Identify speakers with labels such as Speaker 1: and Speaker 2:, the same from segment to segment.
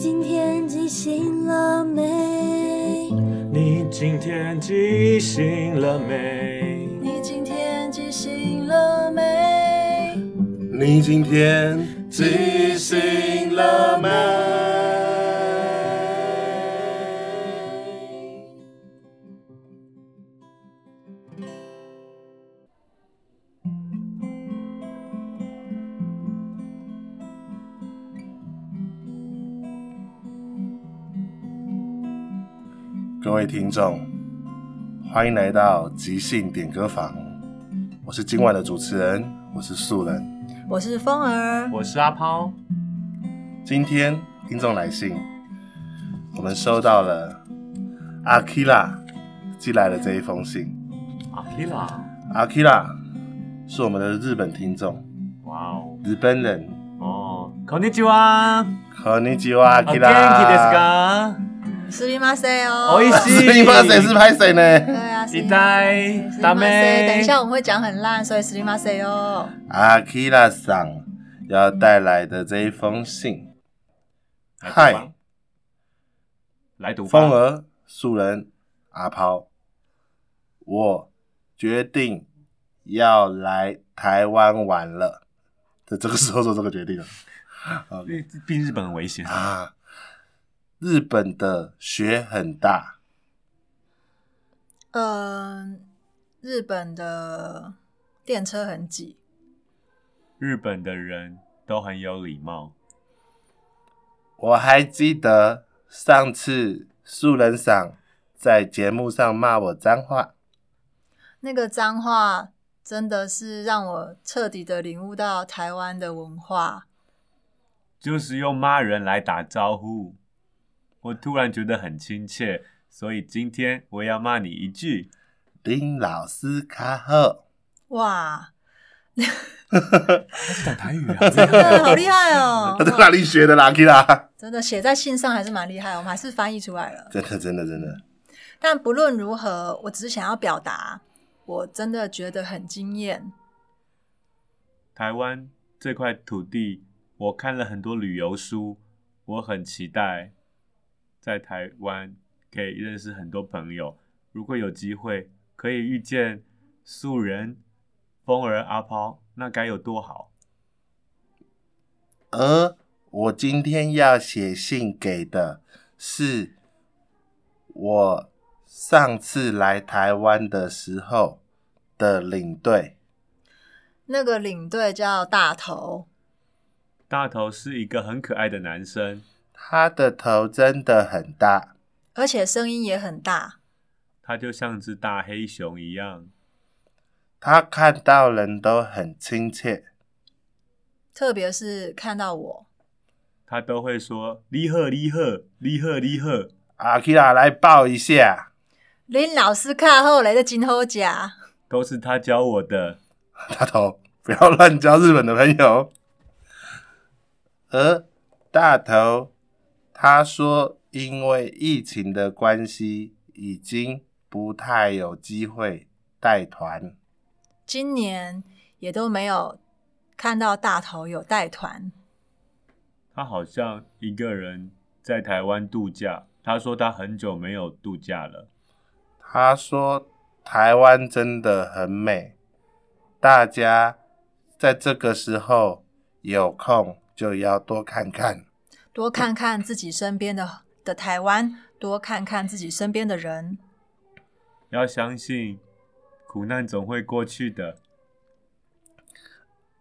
Speaker 1: 今天记醒了没？
Speaker 2: 你今天记醒了没？
Speaker 1: 你今天记醒了没？
Speaker 3: 你今天
Speaker 2: 记醒了没？
Speaker 3: 各位听众，欢迎来到即兴点歌房，我是今晚的主持人，我是素人。
Speaker 1: 我是风儿，
Speaker 2: 我是阿抛，
Speaker 3: 今天听众来信，我们收到了阿 k i r a 寄来的这一封信。
Speaker 2: 阿 k i r a
Speaker 3: 阿 k i r a 是我们的日本听众，
Speaker 2: 哇哦，
Speaker 3: 日本人。
Speaker 2: 哦，こんにちは，
Speaker 3: こんにちは、阿 k i
Speaker 2: 元気
Speaker 3: r
Speaker 2: です
Speaker 3: a
Speaker 2: か？
Speaker 1: すみません哦。
Speaker 2: おいしい。
Speaker 3: 你怕谁是拍
Speaker 1: 对
Speaker 3: 谁呢？
Speaker 1: 啊，
Speaker 2: 一代
Speaker 1: すみ
Speaker 2: 大
Speaker 1: ません
Speaker 2: 妹，
Speaker 1: 等一下我们会讲很烂，所以すみません哦。
Speaker 3: 阿 k i r a 桑要带来的这一封信，
Speaker 2: 来读吧
Speaker 3: 嗨，
Speaker 2: 来读吧
Speaker 3: 风儿、素人、阿抛，我决定要来台湾玩了。在这个时候做这个决定了
Speaker 2: 毕毕竟日本很危险。
Speaker 3: 啊！日本的雪很大，
Speaker 1: 嗯，日本的电车很挤，
Speaker 2: 日本的人都很有礼貌。
Speaker 3: 我还记得上次素人赏在节目上骂我脏话，
Speaker 1: 那个脏话真的是让我彻底的领悟到台湾的文化。
Speaker 2: 就是用骂人来打招呼。我突然觉得很亲切，所以今天我要骂你一句。
Speaker 3: 林老师卡 后。
Speaker 1: 哇，
Speaker 2: 他是讲台语啊，
Speaker 1: 真的 好厉害 哦！
Speaker 3: 他在哪里学的啦，Kira？
Speaker 1: 真的写在信上还是蛮厉害，我们还是翻译出来了。
Speaker 3: 真的，真的，真的，
Speaker 1: 但不论如何，我只是想要表达，我真的觉得很惊艳。
Speaker 2: 台湾这块土地，我看了很多旅游书，我很期待在台湾可以认识很多朋友。如果有机会可以遇见素人、风儿、阿抛，那该有多好！
Speaker 3: 而我今天要写信给的是我上次来台湾的时候的领队。
Speaker 1: 那个领队叫大头，
Speaker 2: 大头是一个很可爱的男生，
Speaker 3: 他的头真的很大，
Speaker 1: 而且声音也很大。
Speaker 2: 他就像只大黑熊一样。
Speaker 3: 他看到人都很亲切。
Speaker 1: 特别是看到我，
Speaker 2: 他都会说“离赫离赫离赫离赫
Speaker 3: 阿 Kira 来抱一下，
Speaker 1: 林老师看后来的金猴甲，”，
Speaker 2: 都是他教我的。
Speaker 3: 大头不要乱交日本的朋友。而大头他说，因为疫情的关系，已经不太有机会带团。
Speaker 1: 今年也都没有看到大头有带团。
Speaker 2: 他好像一个人在台湾度假。他说他很久没有度假了。
Speaker 3: 他说，台湾真的很美，大家在这个时候有空就要多看看。
Speaker 1: 多看看自己身边的的台湾，多看看自己身边的人。
Speaker 2: 要相信，苦难总会过去的。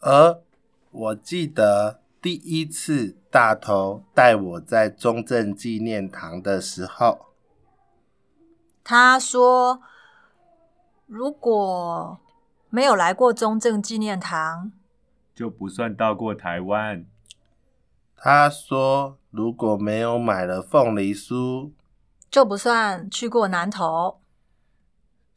Speaker 3: 而我记得第一次大头带我在中正纪念堂的时候，
Speaker 1: 他说，如果没有来过中正纪念堂，
Speaker 2: 就不算到过台湾。
Speaker 3: 他说如果没有买了凤梨酥，
Speaker 1: 就不算去过南投。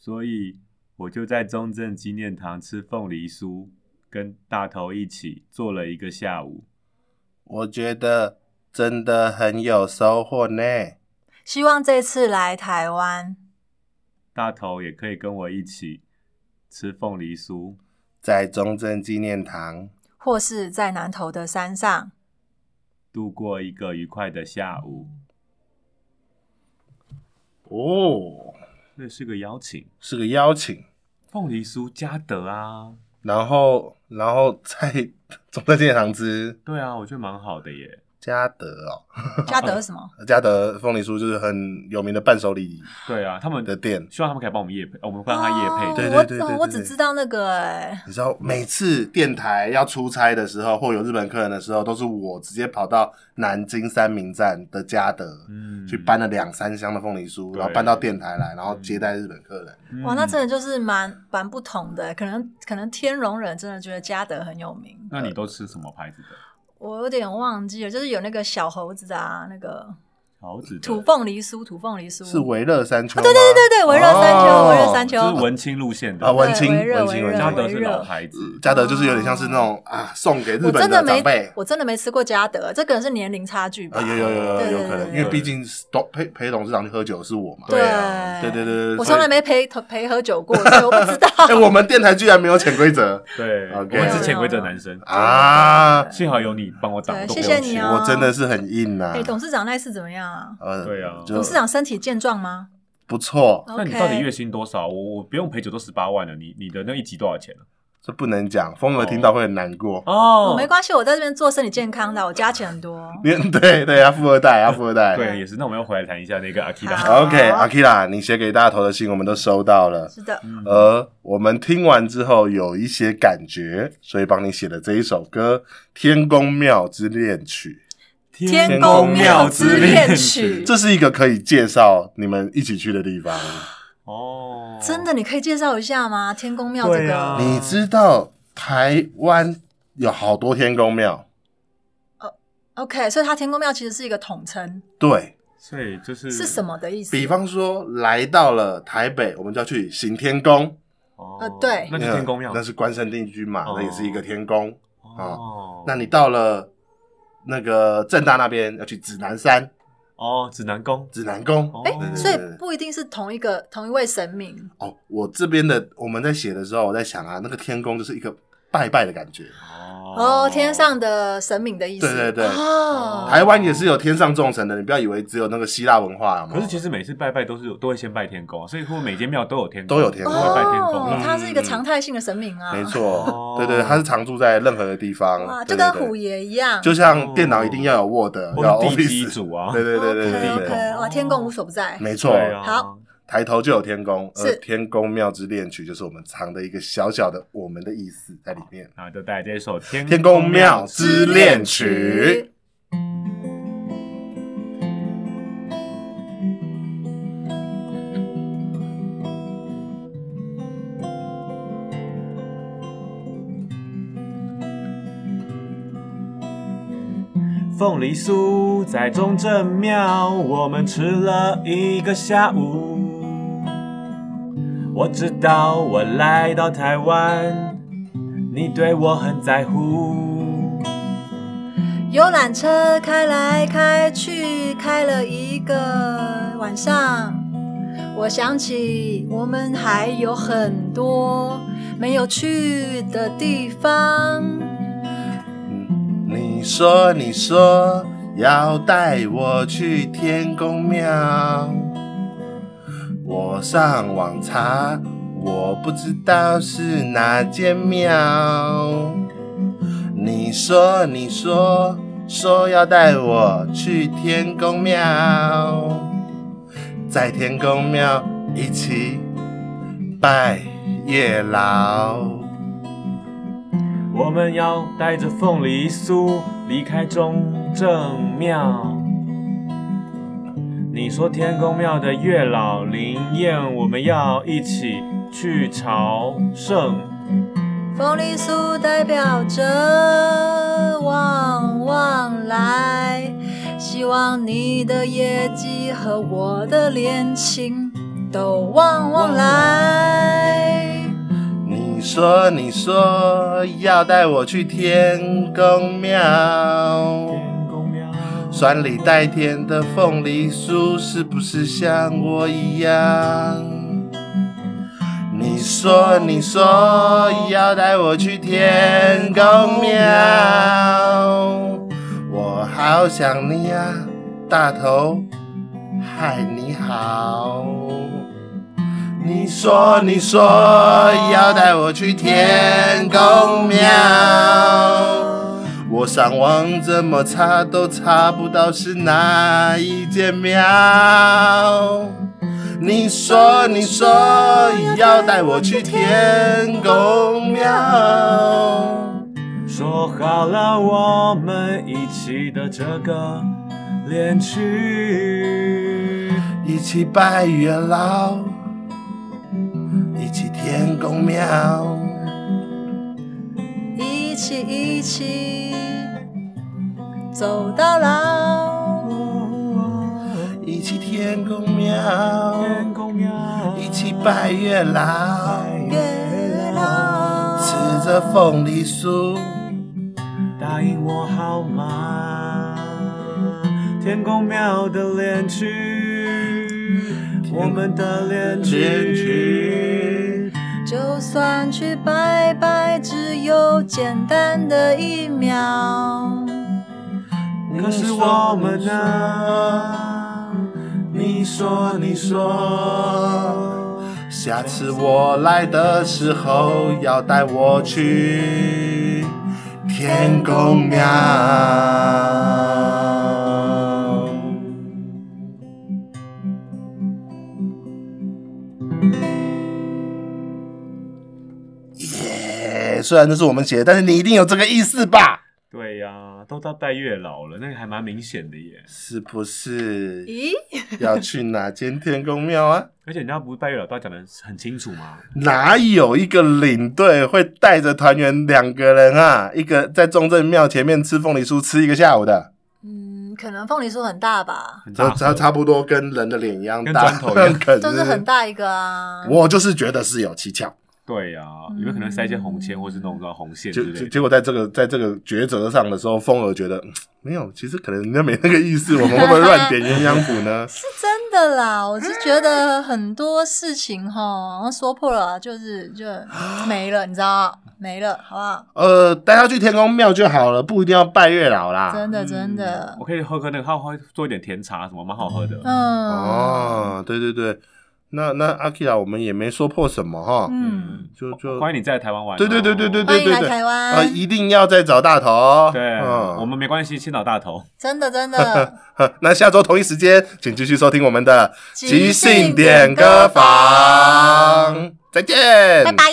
Speaker 2: 所以我就在中正纪念堂吃凤梨酥，跟大头一起坐了一个下午。
Speaker 3: 我觉得真的很有收获呢。
Speaker 1: 希望这次来台湾，
Speaker 2: 大头也可以跟我一起吃凤梨酥。
Speaker 3: 在中正纪念堂，
Speaker 1: 或是在南投的山上，
Speaker 2: 度过一个愉快的下午。
Speaker 3: 哦，
Speaker 2: 这是个邀请，
Speaker 3: 是个邀请。
Speaker 2: 凤梨酥加德啊，
Speaker 3: 然后，然后在总在建堂吃
Speaker 2: 对啊，我觉得蛮好的耶。
Speaker 3: 嘉德哦，
Speaker 1: 嘉德什么？
Speaker 3: 嘉德凤梨酥就是很有名的伴手礼
Speaker 2: 对啊，他们
Speaker 3: 的店。
Speaker 2: 希望他们可以帮我们夜配，哦我们帮他夜
Speaker 1: 哦
Speaker 2: 配。
Speaker 3: 对
Speaker 1: 我
Speaker 3: 对对
Speaker 1: 懂
Speaker 3: 对
Speaker 1: 我
Speaker 3: 对
Speaker 1: 只
Speaker 3: 对
Speaker 1: 知道那个哎，
Speaker 3: 你知道，每次电台要出差的时候，或有日本客人的时候，都是我直接跑到南京三明站的嘉德、
Speaker 2: 嗯
Speaker 3: 去搬了两三箱的凤梨酥，
Speaker 2: 对
Speaker 3: 然后搬到电台来，然后接待日本客人。
Speaker 1: 哇，那真
Speaker 2: 这
Speaker 1: 的就是蛮蛮不同的。可能可能天龙人真的觉得嘉德很有名，
Speaker 2: 那你都吃什么牌子的？
Speaker 1: 我有点忘记了，就是有那个小猴子的啊，那个
Speaker 2: 桃子的
Speaker 1: 土凤梨酥，土凤梨酥
Speaker 3: 是维乐山丘
Speaker 1: 嗯啊
Speaker 3: 吗、
Speaker 1: 对对对对，围绕三丘，
Speaker 3: 哦
Speaker 1: 围绕三丘
Speaker 2: 这，是文青路线的
Speaker 3: 啊，文青
Speaker 1: 对微热
Speaker 3: 文青
Speaker 1: 微
Speaker 3: 文
Speaker 1: 热
Speaker 2: 嘉
Speaker 3: 青
Speaker 1: 嘉
Speaker 2: 德是老牌子，
Speaker 3: 嗯嘉德就是有点像是那种啊，送给日
Speaker 1: 哦我
Speaker 3: 本
Speaker 1: 真的
Speaker 3: 长辈
Speaker 1: 没，我真的没吃过嘉德，这可能是年龄差距吧。
Speaker 3: 啊，有有有有
Speaker 1: 对
Speaker 3: 有可能，
Speaker 1: 对
Speaker 3: 因为毕竟董陪陪董事长去喝酒是我嘛，
Speaker 1: 对
Speaker 2: 啊
Speaker 3: 对对对对，
Speaker 1: 我
Speaker 3: 所以
Speaker 1: 从来。没陪陪喝酒过，所以我不知道。
Speaker 3: 哎，我们电台居然没有潜 规则
Speaker 2: 对，我
Speaker 3: OK
Speaker 2: 们是潜规则男生，
Speaker 3: 啊！
Speaker 2: 幸好有你帮我挡，
Speaker 1: 对
Speaker 2: 都不
Speaker 1: 谢
Speaker 2: 用
Speaker 1: 谢
Speaker 2: 去
Speaker 1: 你哦
Speaker 3: 我真的是很硬啊呐
Speaker 1: 哎、。董事长那次怎么样啊？
Speaker 3: 呃
Speaker 2: 对啊
Speaker 3: 就
Speaker 1: 董事长身体健壮吗
Speaker 3: 不错，
Speaker 1: ？OK，
Speaker 2: 那你到底月薪多少？我我不用陪酒都十八万了，你你的那一集多少钱啊
Speaker 3: 这不能讲，风儿听到会很难过。
Speaker 1: 我
Speaker 2: 哦
Speaker 1: 没关系，我在这边做身体健康的，我加钱很 多。
Speaker 3: 你对对啊，富二代啊，富二代。
Speaker 2: 对，也是。那我们要回来谈一下那个阿 k i
Speaker 1: 好
Speaker 2: a
Speaker 3: OK，阿 k i r a 你写给大头的信我们都收到了，
Speaker 1: 是的，
Speaker 2: 嗯
Speaker 3: 而我们听完之后有一些感觉，所以帮你写了这一首歌《天宫庙之恋曲》。
Speaker 1: 天
Speaker 3: 宫庙之
Speaker 1: 恋
Speaker 2: 嗯
Speaker 1: 曲
Speaker 3: 这是一个可以介绍你们一起去的地方。
Speaker 2: 啊哦，
Speaker 1: 真的，你可以介绍一下吗？天宫庙这
Speaker 2: 对
Speaker 1: 个，
Speaker 2: 啊
Speaker 3: 你知道台湾有好多天宫庙，
Speaker 1: OK，所以它天宫庙其实是一个统称，
Speaker 3: 对
Speaker 2: 所以就是
Speaker 1: 是什？么的意思？
Speaker 3: 比方说来到了台北，我们就要去行天宫，
Speaker 2: 哦
Speaker 1: 呃对
Speaker 2: 那就是天宫庙
Speaker 3: 那是关圣帝君嘛，
Speaker 2: 哦
Speaker 3: 那也是一个天宫。
Speaker 2: 哦。
Speaker 3: 啊那你到了那个正大那边，要去指南山、
Speaker 2: 哦，指南宫
Speaker 3: 指南宫。
Speaker 2: 哦
Speaker 1: 哎、
Speaker 2: 对对
Speaker 1: 所以
Speaker 3: 对对
Speaker 1: 不一定是同一个同一位神明。
Speaker 3: 哦，我这边的我们在写的时候，我在想啊，那个天宫就是一个拜拜的感觉。
Speaker 1: 哦
Speaker 2: 哦，
Speaker 1: 天上的神明的意思。
Speaker 3: 对对对
Speaker 1: 哦，
Speaker 3: 台湾也是有天上众神的，你不要以为只有那个希腊文化有没
Speaker 2: 可
Speaker 3: 有
Speaker 2: 是其实每次拜拜都是有都会先拜天公，所以会每间庙都有天
Speaker 3: 都有天
Speaker 2: 都会拜天啊公嗯
Speaker 1: 哦，
Speaker 2: 啦。
Speaker 1: 它是一个常态性的神明啊。
Speaker 3: 没
Speaker 2: 哦
Speaker 3: 错，对对，他是常住在任何的地方，
Speaker 1: 哇，就
Speaker 3: 对
Speaker 1: 跟
Speaker 3: 对对
Speaker 1: 虎爷一样。
Speaker 3: 就像电脑一定要有 Word，
Speaker 2: 或
Speaker 1: 哦
Speaker 3: 要有
Speaker 2: 哦是地基
Speaker 3: Office，
Speaker 2: 主啊，
Speaker 3: 对对对对对
Speaker 1: OK
Speaker 3: 对对，
Speaker 1: OK，哇，天宫无所不在。
Speaker 3: 没错，
Speaker 2: 对啊，
Speaker 1: 好，
Speaker 3: 抬头就有天宫，
Speaker 1: 是
Speaker 3: 而天宫庙之恋曲就是我们藏的一个小小的我们的意思在里面。
Speaker 2: 那就带来这一首《天
Speaker 3: 天宫庙之恋曲。
Speaker 2: 凤梨酥在中正庙，我们吃了一个下午。我知道我来到台湾，你对我很在乎。
Speaker 1: 游览车开来开去，开了一个晚上。我想起我们还有很多没有去的地方。
Speaker 3: 嗯你说你说要带我去天宫庙，我上网查，我不知道是哪间庙。你说你说说要带我去天宫庙，在天宫庙一起拜月老。
Speaker 2: 我们要带着凤梨酥离开中正庙。你说天宫庙的月老灵验，我们要一起去朝圣。
Speaker 1: 凤梨酥代表着旺旺来，希望你的业绩和我的恋情都旺旺来。
Speaker 3: 你说，你说要带我去天宫庙，
Speaker 2: 天宫庙，
Speaker 3: 酸里带甜的凤梨酥是不是像我一样？你说，你说要带我去天宫庙，我好想你呀、大头。嗨，你好。你说，你说要带我去天宫庙，我上网怎么查都查不到是哪一间庙。你说，你说要带我去天宫庙。
Speaker 2: 说好了，我们一起的这个恋曲，
Speaker 3: 一起拜月老，一起天公庙，
Speaker 1: 一起一起走到老，
Speaker 3: 一起天公庙，
Speaker 2: 天公庙，
Speaker 3: 一起拜月老，
Speaker 1: 月老
Speaker 3: 吃着凤梨酥，
Speaker 2: 答应我好吗？天公庙的恋曲，我们的恋
Speaker 3: 恋
Speaker 2: 曲
Speaker 3: 曲。
Speaker 1: 就算去拜拜，只有简单的一秒。
Speaker 2: 可是我们呢？你说，你说，
Speaker 3: 下次我来的时候要带我去天公庙。耶！虽然这是我们写的，但是你一定有这个意思吧？
Speaker 2: 对呀、都到拜月老了，那个还蛮明显的耶。
Speaker 3: 是不 是
Speaker 1: 咦，
Speaker 3: 要去哪间天公庙啊？
Speaker 2: 而且你知道不是拜月老，都要讲的很清楚吗？
Speaker 3: 哪有一个领队会带着团员两个人啊？一个在中正庙前面吃凤梨酥吃一个下午的，
Speaker 1: 嗯，可能凤梨酥很大吧，
Speaker 2: 很
Speaker 3: 这
Speaker 2: 大
Speaker 3: 差
Speaker 2: 盒
Speaker 3: 差不多跟人的脸一样
Speaker 2: 跟
Speaker 3: 大，
Speaker 2: 砖头一样
Speaker 3: 可
Speaker 1: 都是很。大一个啊。
Speaker 3: 我就是觉得是有蹊跷，
Speaker 2: 对啊呀、里面可能塞一些红
Speaker 1: 嗯
Speaker 2: 签或是弄到红线之
Speaker 3: 结结
Speaker 2: 类
Speaker 3: 结
Speaker 2: 的。
Speaker 3: 果在这个在这个抉择上的时候，风儿觉得嗯没有，其实可能人家没那个意思， 我们会不会乱点鸳鸯谱呢？
Speaker 1: 是真的啦，我是觉得很多事情哈，然后说破了就是就没了，你知道没了，好不好？
Speaker 3: 呃，带他去天公庙就好了，不一定要拜月老啦。
Speaker 1: 真的真的
Speaker 2: 嗯我，可以喝喝那个，他会做一点甜茶什么，蛮好喝的。
Speaker 1: 嗯
Speaker 3: 哦，对对对，那那阿 Kira 我们也没说破什么哈，
Speaker 1: 嗯，
Speaker 3: 就就
Speaker 2: 欢迎你在台湾玩哦。
Speaker 3: 对对对对对对
Speaker 1: 欢迎来台湾
Speaker 3: 啊，一定要再找大头哦。
Speaker 2: 对，
Speaker 3: 嗯
Speaker 2: 我们没关系，先找大头。
Speaker 1: 真的真的，
Speaker 3: 呵 那下周同一时间，请继续收听我们的
Speaker 1: 即兴点歌
Speaker 3: 歌
Speaker 1: 房
Speaker 3: 房，再见，
Speaker 1: 拜拜。。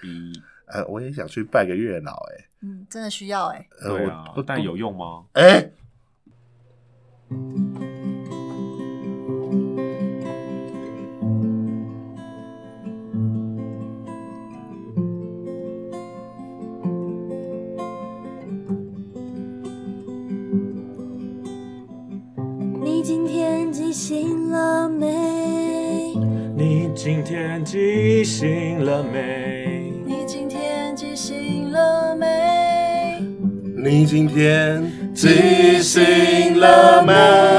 Speaker 2: 比
Speaker 3: 呃，我也想去拜个月老，哎，
Speaker 1: 嗯，真的需要哎、
Speaker 3: 呃
Speaker 2: 对啊
Speaker 3: 我，
Speaker 2: 但有用吗？
Speaker 3: 哎，
Speaker 4: 你今天记醒了没？
Speaker 2: 你今天记醒了没？
Speaker 1: 你今天记醒了没？
Speaker 3: 你今天
Speaker 1: 记
Speaker 3: 记
Speaker 1: 醒
Speaker 3: 醒
Speaker 1: 了
Speaker 3: 了
Speaker 1: 没
Speaker 3: 没？